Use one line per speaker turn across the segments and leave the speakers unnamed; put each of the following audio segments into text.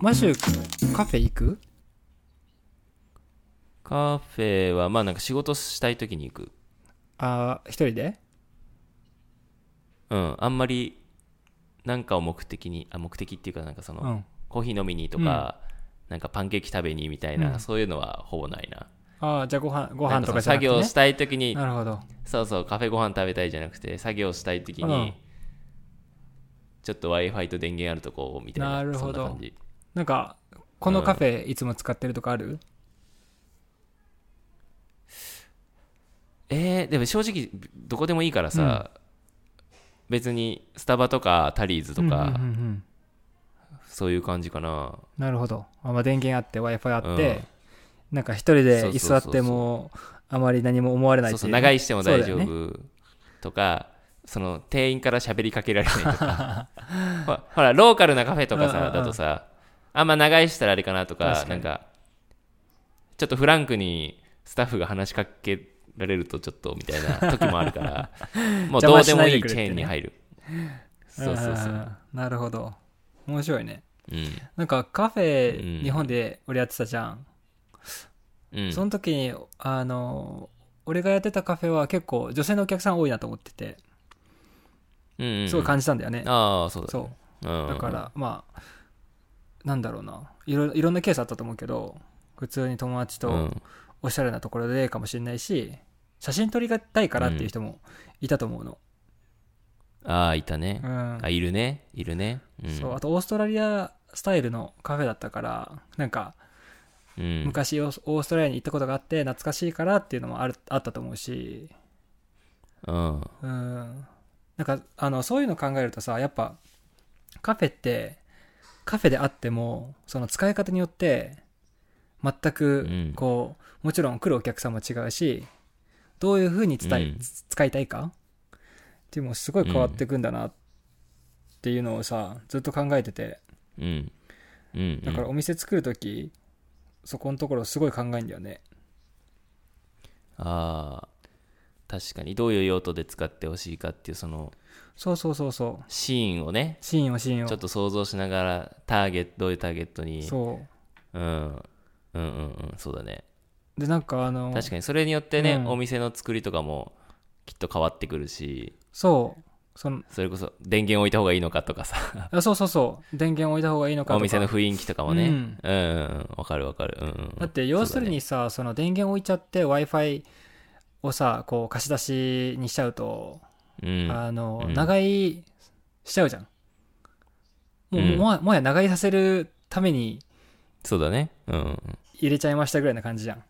マシュカフェ行く
カフェは、まあなんか仕事したい時に行く。
ああ一人で
うん、あんまり、なんかを目的に、あ、目的っていうか、なんかその、
うん
コーヒー飲みにとか、なんかパンケーキ食べにみたいな、
うん
そういうのはほぼないな。
ああじゃあご飯ご
なん
飯
か
と
そ
か
の
じゃなくて、
作業
ね、
したい時に、
なるほど
そうそう、カフェご飯食べたいじゃなくて、作業したい時に、
うん
ちょっと Wi-Fi と電源あるとこみたいな、
なるほど
そんな感じ。
なんかこのカフェいつも使ってるとかある、
えー、でも正直、どこでもいいからさ、別にスタバとかタリーズとか、
うんうんうんうん
そういう感じかな。
なるほどあ、まあ、電源あって w i f i あって
う、
なんか一人で居
そうそ
座っ
うそうそう
てもあまり何も思われない
そう
って
そ
いうう
長居しても大
そ
丈
うだよね
夫とかその店員から喋りかけられないとか ほらほらローカルなカフェと
う
か
んうん
さ
うん
だとさあんま長居したらあれかなとか
確か
な
に
んかちょっとフランクにスタッフが話しかけられるとちょっとみたいな時もあるから も
邪
うど
魔
う
し
で
な
も
い
い
で
い
くれっ
チ
てね
ェーンに入るそうそうそうん
なるほど面白いね
うん
なんかカフ
う
ェ
ん
日本で俺やってたじゃん、
うん
その時にあの俺がやってたカフェは結構女性のお客さん多いなと思ってて
うんうん
すごい感じたんだよね、
ああそうだ
そう
うん
だから、まあなんだろうないろいろんなケースあったと思うけど普通に友達
う
と
ん
おしゃれなところでかもしれないし写真撮りたいからっていう人もいたと思うの、
ああいたね
うん
あいるねいるねうん
そうあとオーストラリアスタイルのカフェだったからなんか
うん
昔オースオーストラリアに行ったことがあって懐かしいからっていうのもあるあったと思うし
うん
うんなんかあのそういうの考えるとさやっぱカフェってカフェであってもその使い方によって全
う
く
ん
こう、もちろん来るお客さんも違うしどういうふうに伝え、
うん
つ使いたいかっていうのもすごい変わってくんだなっていうのをさずっと考えてて
うん。うん。
だからお店作るとき、そこのところすごい考えんだよね
ああ、確かに。どういう用途で使ってほしいかっていう、その、
そうそうそうそう
シーンをね、
シーンをシーンを
ちょっと想像しながら、ターゲット、どういうターゲットに、
そ
うん。うんうんうん、そうだね。
うでなんかあの
確かに、それによってね、
うん
お店の作りとかも、きっと変わってくるし、
そうその
それこそ、電源置いた方がいいのかとかさ、
あそうそうそう電源置いた方がいいのかとか
お店の雰囲気とかもね、
う
うんんうんうん、わかるわかる。うんうん。
だって要するにさそ,、の電源置いちゃって w i f i をさこう貸し出しにしちゃうと、
うん。
あの
うん
長居しちゃうじゃんもう、
うん
もはもはや長居させるために
そうだね。うん
入れちゃいましたぐらいな感じじゃんっ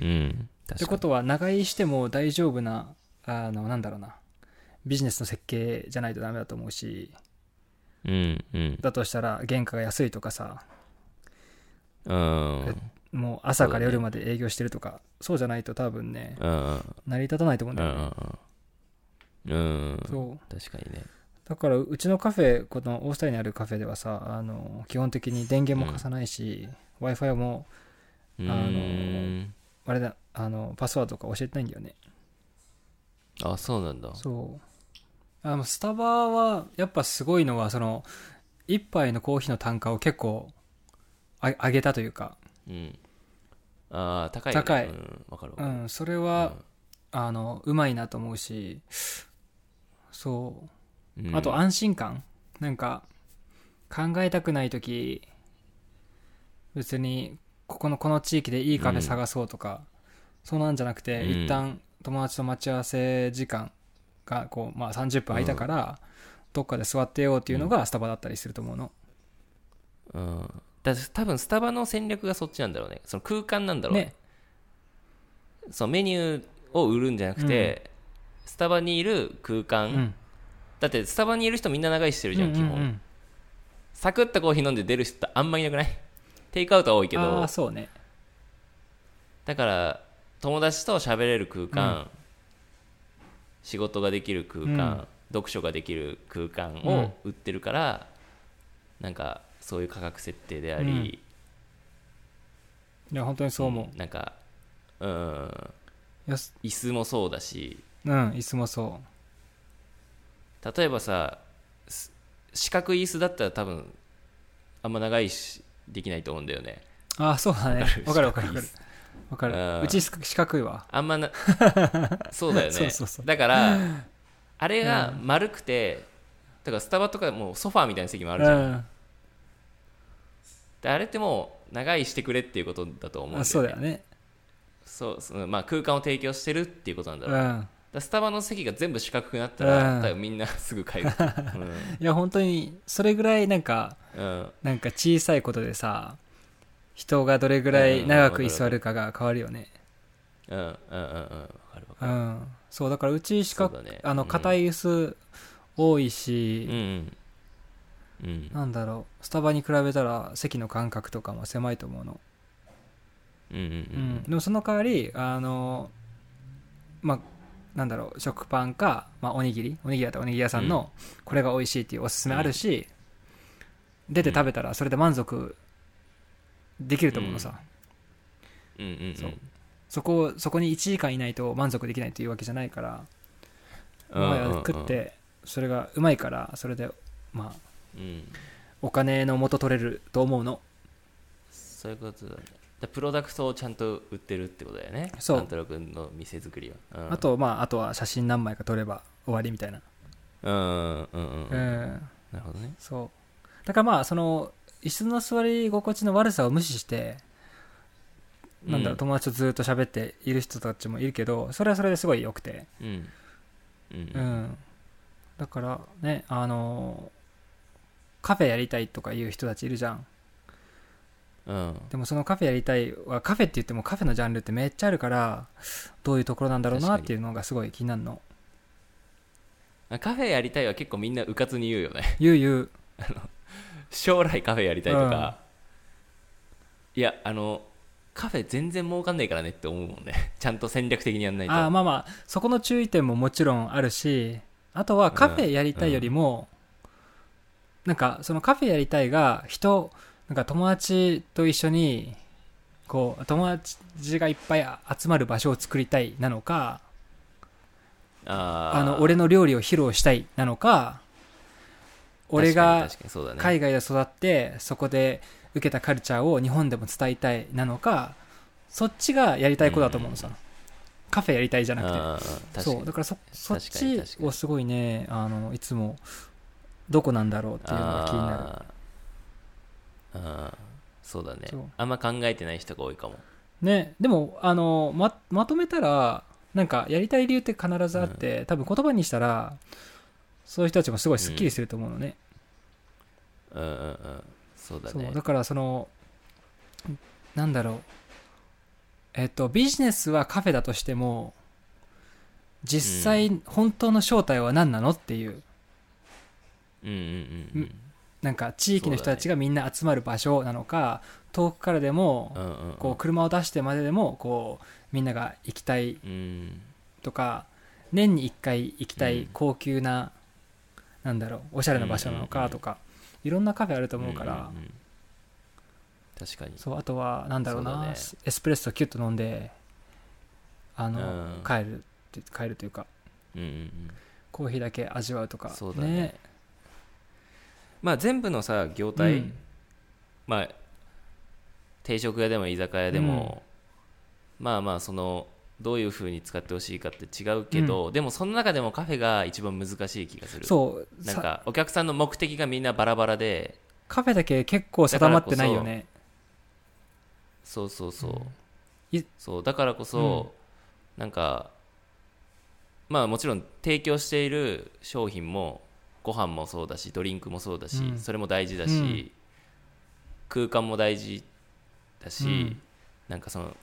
うん。うん。
て
確か
こ
に。
とは長居しても大丈夫なあのなんだろうなビジネスの設計じゃないとダメだと思うし
うんうん。
だとしたら原価が安いとかさ
うん。
もう朝から夜まで営業してるとかそう,、じゃないと多分ね
うんうん。
成り立たないと思うんだよね、
うんうんうんうん
そう
確かにね
だからうちのカフェこのオースタリアにあるカフェではさあの基本的に電源も貸さないし、w i f i も
うーん
あれだあのパスワードとか教えてないんだよね
あそうなんだ
そうあのスタバはやっぱすごいのはその一杯のコーヒーの単価を結構あ上げたというか、
うんあー高いね
高い
うんわかるわ
う
かる
ん、それは、あのうまいなと思うしそう
うん
あと安心感なんか考えたくない時別にここのこの地域でいいカフェ探そうとか、そうなんじゃなくて、
うん
一旦友達と待ち合わせ時間がこう、まあ、30分空いたから、どっかで座ってようっていうのがスタバだったりすると思うの、
うんだ多分スタバの戦略がそっちなんだろうねその空間なんだろうね
ね
そうメニューを売るんじゃなくてスタバにいる空
う
間
ん
だってスタバにいる人みんな長居してるじゃん基
うんうんう
本
ん
サクッとコーヒー飲んで出る人ってあんまいなくないテイクアウトは多いけ
あ
ど
あそうね
だから友達と喋れる空間、仕事ができる空間、読書ができる空間を売ってるから、なんかそういう価格設定であり、
いや本当にそう思う、
なんかうん
よし
椅子もそうだし
うん椅子もそ
例えばさす四角い椅子だったら多分あんま長いしできないと思うんだよね
ああそうだねわか
わか
る
る
わかるわかるわか
う
る
ん
うち四角いわ
あんまなそうだよね
そうそうそう
だからあれが丸くて、だからスタバとかもうソファーみたいな席もあるじゃん、
うん
であれってもう長いしてくれっていうことだと思うんだよね
あそうだよね
そうそのまあ、空間を提供してるっていうことなんだ
う
ろう、だか
ん
らスタバの席が全部四角くなったら、
うん
多分みんなすぐ帰る、
いや本当にそれぐらいなんか
うんうん
なんか小さいことでさ人がどれぐらい長く居座るかが変わるよね
うんうんうんうんわかるわ
う
かる
んそうだからうち四角
そうだね
あの
うん
硬い椅子多い
うん
し
うんうん
なんだろうスタバに比べたら席の間隔とかも狭いと思うの
うんうんう
うんん、でもその代わりあのまあなんだろう食パンか、まあ、おにぎりおにぎりだったらおにぎり屋さんのこれが美味しいっていうおすすめあるし、出て食べたらそれで満足できると思うのさ、
うんうんうん
そうそこそこに1時間いないと満足できないというわけじゃないから、
うん
もは
う
や
んうん
食ってそれがうまいからそれでまあ
うん
お金の元取れると思うの
そういうことだねだプロダクトをちゃんと売ってるってことだよね
そう
なんとなくの店作りは、うん
あとまああとは写真何枚か撮れば終わりみたいな
うんうんうんうん
う
なる
ん
ほどね
そうだからまあその椅子の座り心地の悪さを無視してなんだろう
うん
友達とずっと喋っている人たちもいるけどそれはそれですごい良くて
うんうん
うん、だからねあのカフェやりたいとかいう人たちいるじゃん
うん
でもそのカフェやりたいはカフェって言ってもカフェのジャンルってめっちゃあるからどういうところなんだろうなっていうのがすごい気になるの
あカフェやりたいは結構みんなうかつに言うよね
ゆうゆ
将来カフェやりたいとか、いやあのカフェ全然儲かんないからねって思うもんね ちゃんと戦略的にやんないうと
あーまあまあそこの注意点ももちろんあるしあとはカフェやりたいよりも、なんかそのカフェやりたいが人なんか友達と一緒にこう友達がいっぱい集まる場所を作りたいなのか
あー
あの俺の料理を披露したいなのか俺が
確かに確かにそうだね
海外で育ってそこで受けたカルチャーを日本でも伝えたいなのかそっちがやりたいことだと思うのさ、カフェやりたいじゃなくて
あー確かに
そうだからそそっ
確かに
ち
確かに
をすごいねあのいつもどこなんだろうっていうのが気にな
あーあーそうだね
そう
あんま考えてない人が多いかも
るねでもあのままとめたらなんかやりたい理由って必ずあって、多分言葉にしたらそういう人たちもすごいスッキリすると思うのね,、
うんうんうんそうだ
そう
ね
だからそのなんだろうえっとビジネスはカフェだとしても実際本当の正体は何なのっていう
うんうんうん
なんか地域の人たちがみんな集まる場所なのか、遠くからでも
うんうんうん
こう車を出してまででもこうみんなが行きたい
うん
とか年に1回行きた
う
い
ん
高級な、なんだろうおしゃれな場所なの
うんう
か
ん
とか、いろんなカフェあると思うから、
んんん確かに
そうあとはなんだろう
そう
な
だね
エスプレッソキュッと飲んであの、
うん
帰るって帰るというか
うんうんうん
コーヒーだけ味わうとか
そうだねまあ全部のさ業
う
態、
ん
まあ定食屋でも居酒屋でも、まあまあそのどういうふうに使ってほしいかって違うけど、でもその中でもカフェが一番難しい気がする
そう
なん
さ
かお客さんの目的がみんなバラバラで
カフェだけ結構定まってないよね
そうそうそう
い
そうだからこそ、なんかまあもちろん提供している商品もご飯もそうだしドリンクもそうだし、
うん
それも大事だし、
うん
空間も大事だし、
うん
なんかその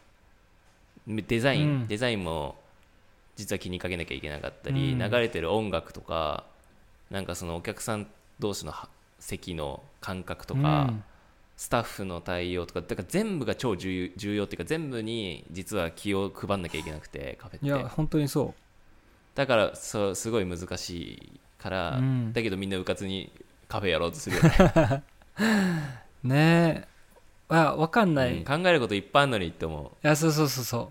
デザイン、
うん
デザインも実は気にかけなきゃいけなかったり、
うん
流れてる音楽とかなんかそのお客さん同士のは席の感覚とか、
うん
スタッフの対応とかだから全部が超重要重要っていうか全部に実は気を配んなきゃいけなくてカフ
い
ェっ
や
て
本当にそ
だからそうすごい難しいから、
うん
だけどみんなうかつにカフェやろうとするよね、
うねえあわかん ない、
うん考えることいっぱいあるのにって思う
いやそうそうそうそう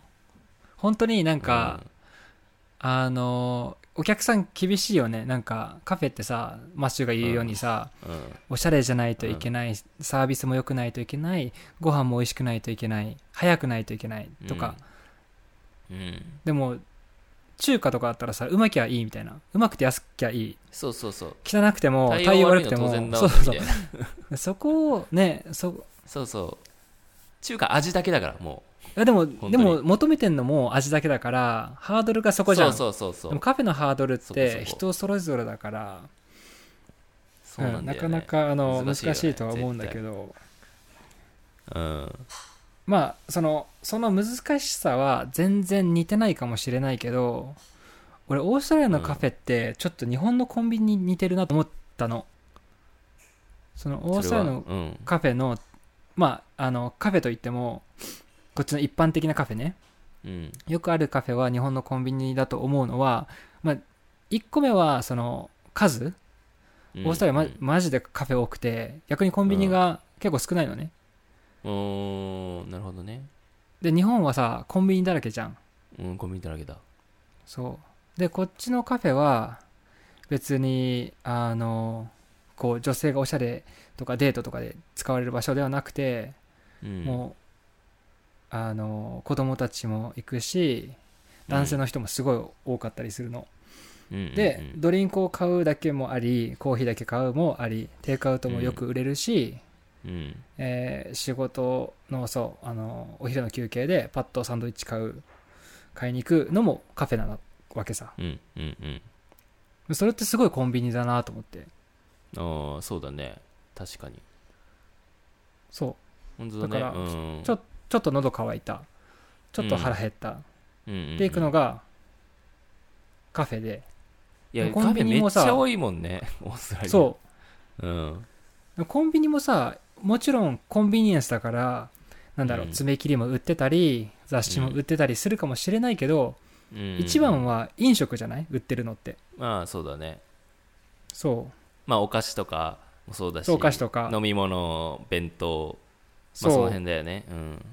本当になんか、あのーお客さん厳しいよねなんかカフェってさマッシュが言うようにさ、
うん
おしゃれじゃないといけない、サービスも良くないといけないご飯も美味しくないといけない早くないといけないとか、
うん、
でも中華とかだったらさうまきゃいいみたいなうまくて安きゃいい
そうそうそう
汚くても
対
対
応
応
悪
悪
い
く
の
て
当
も
然だ
そ
わ
うそう
みたいな
そうそこをねそ
そうそう中華味だけだからも
いやでも
当に
でも求めてんのも味だけだからハードルがそうこじゃん
そうそうそう
で
そ
も
う
カフェのハードルっ
そこそ
て
こ
人それぞれだから
そうなんだよ、ね
うんなかなかあの難
難
し
しいよね
いとは思うんだけど
うん
まあそのその難しさは全然似てないかもしれないけど俺オーストラリアのカフェってちょっと日本のコンビニに似てるなと思ったのそのオーストラリアの
それはうん
カフェのまああのカフェといってもこっちの一般的なカフェね
うん
よくあるカフェは日本のコンビニだと思うのは、まあ、1個目はその数
うん
オーストラリア
う
ま
ん
マジでカフェ多くて逆にコンビニが結構少ないのね
おーなるほどね
で日本はさコンビニだらけじゃん
うんコンビニだらけだ
そうでこっちのカフェは別にあのこう女性がおしゃれとかデートとかで使われる場所ではなくて、
うん
もうあの子供たちも行くし男性の人もすごい多かったりするの、
うんうんうん
で、ドリンクを買うだけもありコーヒーだけ買うもありテイクアウトもよく売れるし、
うん
えー仕事のそうあのお昼の休憩でパッとサンドイッチ買う買いに行くのもカフェなわけさ
うんうんうん
それってすごいコンビニだなと思って
ああそうだね確かに
そ
本当だ
だ
ね
から
うん
ちょっうちょっと喉乾いたちょっと腹減った、
うんうんうん
で行くのがカフェで、
いや
コンビニもさ
カフェめっちゃ多いもんね オーストラリア
そう
うん
うコンビニもさもちろんコンビニエンスだからなんだろう、
うん
爪切りも売ってたり雑誌も売ってたりするかもしれないけど、
うん
一番は飲食じゃない売ってるのって
まあそうだね
そ
まあお菓子とかもそうだし
そうお菓子とか
飲み物弁
う、
当まあそ
そ
の
う
辺だよねうん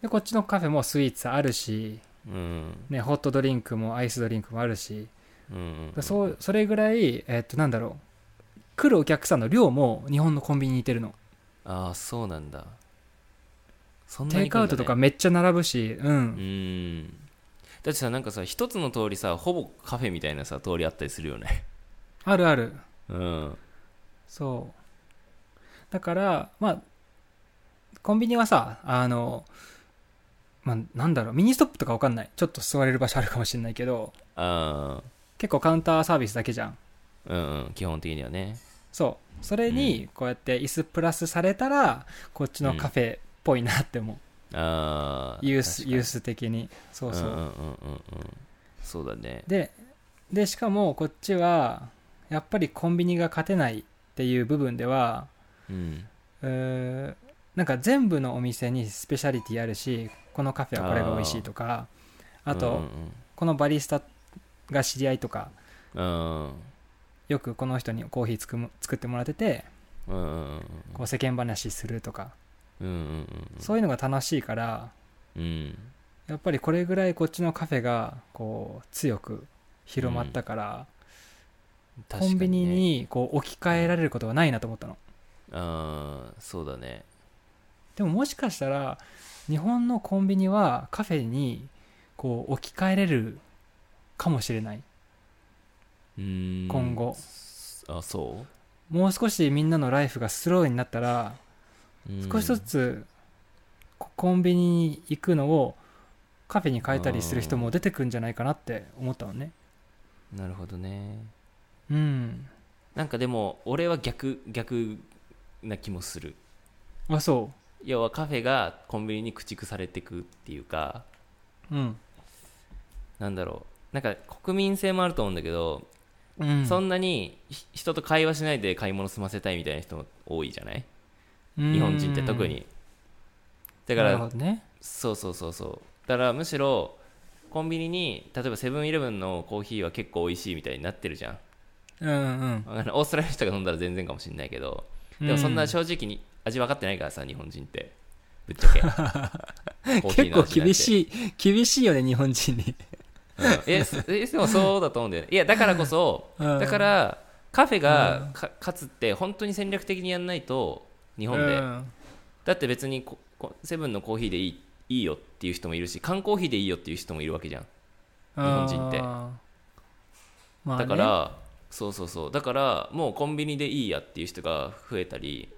でこっちのカフェもスイーツあるし、
うん
ね、ホットドリンクもアイスドリンクもあるし
うん
だそうそれぐらい、えっとなんだろう来るお客さんの量も日本のコンビニに似てるの、
ああそうなんだそんな
テ
に
イ
行
ク
く
ア
んだね
ウトとかめっちゃ並ぶしうん、
うんだってさなんかさ一つの通りさほぼカフェみたいなさ通りあったりするよね
あるある
うん
そうだからまあコンビニはさあのまあなんだろうミニストップとかわかんないちょっと座れる場所あるかもしれないけど
あ
結構カウンターサービスだけじゃん
ーうんうん基本的にはね
そうそれにこうやって椅子プラスされたらこっちのカフェっぽいなって思う、
ああ
ユースユース的にそうそう、
んうんうんうんうんそうだね
ででしかもこっちはやっぱりコンビニが勝てないっていう部分では
うん
うーなんか全部のお店にスペシャリティあるしこのカフェはこれが美味しいとかあと、
うん
このバリスタが知り合いとか
うん
よくこの人にコーヒーつくも作ってもらってて
うんうんうんうん
こう世間話するとか、
うんうん
そういうのが楽しいから
うんうん
やっぱりこれぐらいこっちのカフェがこう強く広まったから、
確か
コンビニ
ね
にこう置き換えられることはないなと思ったの、
あーそうだね
でももしかしたら日本のコンビニはカフェにこう置き換えれるかもしれない
うん
今後
あそ
もう少しみんなのライフがスローになったら
ううん
少しずつこコンビニに行くのをカフェに変えたりする人も出てくるんじゃないかなって思ったのね
なるほどね
うん
なんかでも俺は逆逆な気もする
あそ
要はカフェがコンビニに駆逐されてくっていうか
ううん、
なんだろうなんか国民性もあると思うんだけど、
うん、
そんなにひ人と会話しないで買い物済ませたいみたいな人も多いじゃない日本人って特にだ
だ
か
なる
ら
ほどね
そうそうそうそうだからむしろコンビニに例えばセブンイレブンのコーヒーは結構美味しいみたいになってるじゃん
うんうん
わかんないオーストラリアの人が飲んだら全然かもしれないけどでもそんな正直に味分かってないからさ日本人って ぶっちゃけコーヒー
結
の
構
味なんて
厳しい厳しいよね日本人に
いやすいつもそうだと思うんだよねいやだからこそ、
うん
だからカフェがか勝つって本当に戦略的にやんないと日本で、
うん
だって別にここセブンのコーヒーでいいいいよっていう人もいるし缶コーヒーでいいよっていう人もいるわけじゃん本人って
あーまあね
だからそうそうそうだからもうコンビニでいいやっていう人が増えたり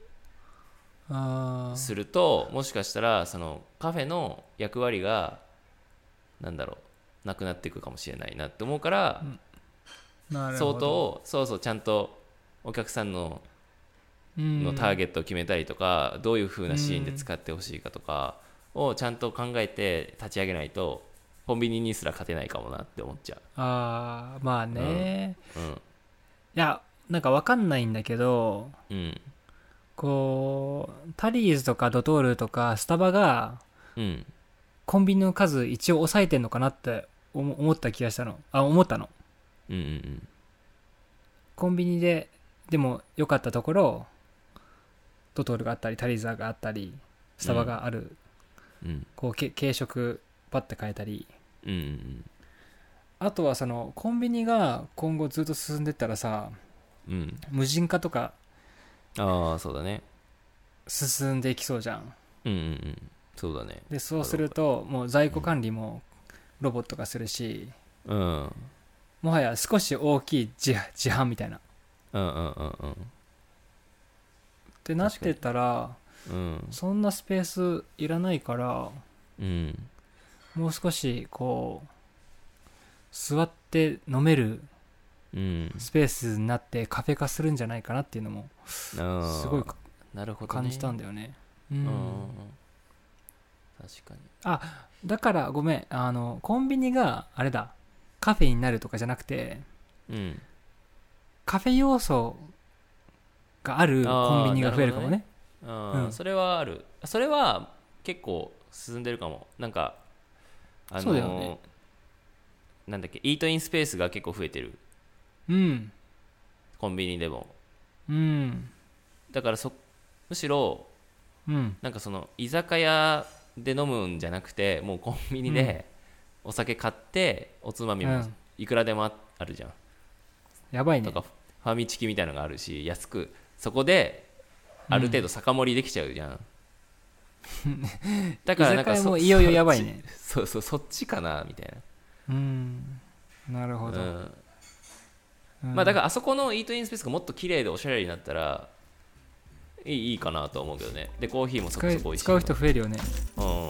あー
するともしかしたらそのカフェの役割がなんだろうなくなっていくかもしれないなって思うから
なるほ
相
ど
当そうそうちゃんとお客さんの
うん
のターゲットを決めたりとか、どういう風なシーンで使ってほしいかとかをちゃんと考えて立ち上げないとコンビニにすら勝てないかもなって思っちゃ
ああまあね、
ううん
いやなんかわかんないんだけど
うん
こうタリーズとかドトールとかスタバが
うん
コンビニの数一応抑えてんのかなって思思った気がしたのあ思ったの
うんうん
コンビニででも良かったところドトールがあったりタリーザがあったりスタバがある、
うん
こうけ軽食パッて変えたり
うんうん
あとはそのコンビニが今後ずっと進んでったらさ
うんうん
無人化とか
ああそうだね
進んでいきそうじゃん
うんうんうんそうだね
でそうするともう在庫管理もロボットがするし、
うんうん
もはや少し大きい自自販みたいなっ
うんうんうん
てなってたら
うん
そんなスペースいらないから
うん
もう少しこう座って飲める
うん
スペースになってカフェ化するんじゃないかなっていうのもす
す
ごい
なるほどね
感じたんだよねう
うん
ん、
確かに
だからごめんあのコンビニがあれだカフェになるとかじゃなくて
うん
カフェ要素があるコンビニが増えるかもね
あ
う
ー
ん
それはあるそれは結構進んでるかもなんかあのー
そうだよね
なんだっけイートインスペースが結構増えてる
うん
コンビニでも
うん
だからそむしろ
うん
なんかその居酒屋で飲むんじゃなくてもうコンビニでお酒買っておつまみ
う
も
ん
いくらでもああるじゃん、
やばいね
とかファミチキみたいなのがあるし安くそこである程度酒盛りできちゃうじゃん、 だからなんか
居酒屋
そ
もいよいよやばいね
そっちそうそうそっちかなみたいな
うんなるほど、
うん
うん
まあだからあそこのイートインスペースがもっと綺麗でおしゃれになったらいいいいかなとは思うけどねでコーヒーもそ
使
こ
い
そこ美味しい
使う人増えるよね
うんうん